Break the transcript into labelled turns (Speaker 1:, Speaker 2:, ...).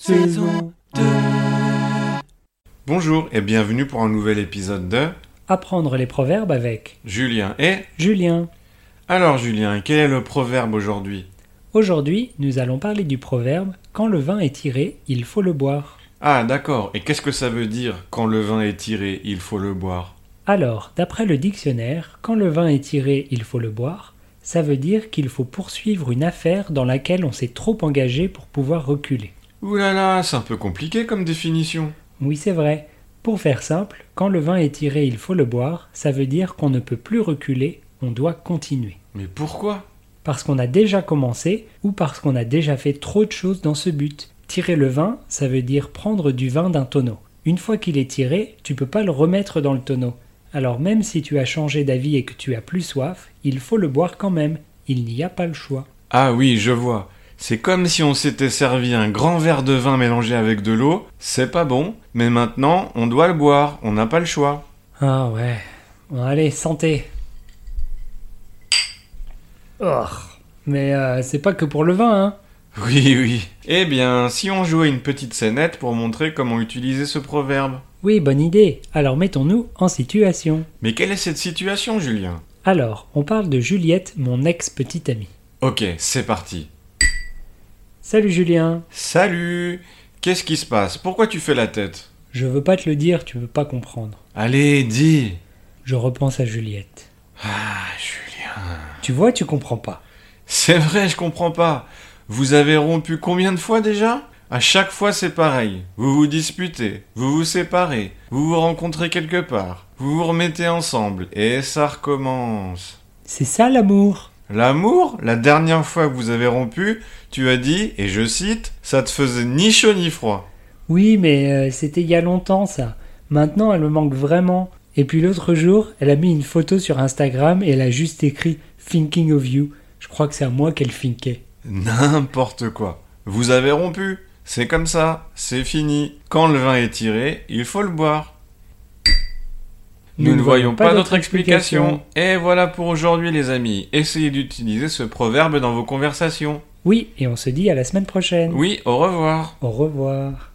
Speaker 1: saison 2.
Speaker 2: Bonjour et bienvenue pour un nouvel épisode de
Speaker 1: Apprendre les proverbes avec
Speaker 2: Julien et...
Speaker 1: Julien.
Speaker 2: Alors Julien, quel est le proverbe aujourd'hui
Speaker 1: Aujourd'hui, nous allons parler du proverbe Quand le vin est tiré, il faut le boire.
Speaker 2: Ah d'accord, et qu'est-ce que ça veut dire quand le vin est tiré, il faut le boire
Speaker 1: Alors, d'après le dictionnaire, quand le vin est tiré, il faut le boire, ça veut dire qu'il faut poursuivre une affaire dans laquelle on s'est trop engagé pour pouvoir reculer.
Speaker 2: Ouh là là, c'est un peu compliqué comme définition.
Speaker 1: Oui, c'est vrai. Pour faire simple, quand le vin est tiré, il faut le boire, ça veut dire qu'on ne peut plus reculer, on doit continuer.
Speaker 2: Mais pourquoi
Speaker 1: Parce qu'on a déjà commencé ou parce qu'on a déjà fait trop de choses dans ce but. Tirer le vin, ça veut dire prendre du vin d'un tonneau. Une fois qu'il est tiré, tu peux pas le remettre dans le tonneau. Alors même si tu as changé d'avis et que tu as plus soif, il faut le boire quand même. Il n'y a pas le choix.
Speaker 2: Ah oui, je vois. C'est comme si on s'était servi un grand verre de vin mélangé avec de l'eau, c'est pas bon, mais maintenant on doit le boire, on n'a pas le choix.
Speaker 1: Ah ouais. Bon, allez, santé. Oh. Mais euh, c'est pas que pour le vin, hein.
Speaker 2: Oui, oui. Eh bien, si on jouait une petite scénette pour montrer comment utiliser ce proverbe.
Speaker 1: Oui, bonne idée. Alors mettons-nous en situation.
Speaker 2: Mais quelle est cette situation, Julien
Speaker 1: Alors, on parle de Juliette, mon ex-petite amie.
Speaker 2: Ok, c'est parti.
Speaker 1: Salut Julien.
Speaker 2: Salut Qu'est-ce qui se passe Pourquoi tu fais la tête
Speaker 1: Je veux pas te le dire, tu veux pas comprendre.
Speaker 2: Allez, dis
Speaker 1: Je repense à Juliette.
Speaker 2: Ah, Julien.
Speaker 1: Tu vois, tu comprends pas.
Speaker 2: C'est vrai, je comprends pas. Vous avez rompu combien de fois déjà À chaque fois, c'est pareil. Vous vous disputez, vous vous séparez, vous vous rencontrez quelque part, vous vous remettez ensemble, et ça recommence.
Speaker 1: C'est ça l'amour.
Speaker 2: L'amour, la dernière fois que vous avez rompu, tu as dit, et je cite, ça te faisait ni chaud ni froid.
Speaker 1: Oui, mais euh, c'était il y a longtemps ça. Maintenant, elle me manque vraiment. Et puis l'autre jour, elle a mis une photo sur Instagram et elle a juste écrit Thinking of you. Je crois que c'est à moi qu'elle thinkait.
Speaker 2: N'importe quoi. Vous avez rompu. C'est comme ça. C'est fini. Quand le vin est tiré, il faut le boire. Nous ne voyons pas d'autre explication. Et voilà pour aujourd'hui, les amis. Essayez d'utiliser ce proverbe dans vos conversations.
Speaker 1: Oui, et on se dit à la semaine prochaine.
Speaker 2: Oui, au revoir.
Speaker 1: Au revoir.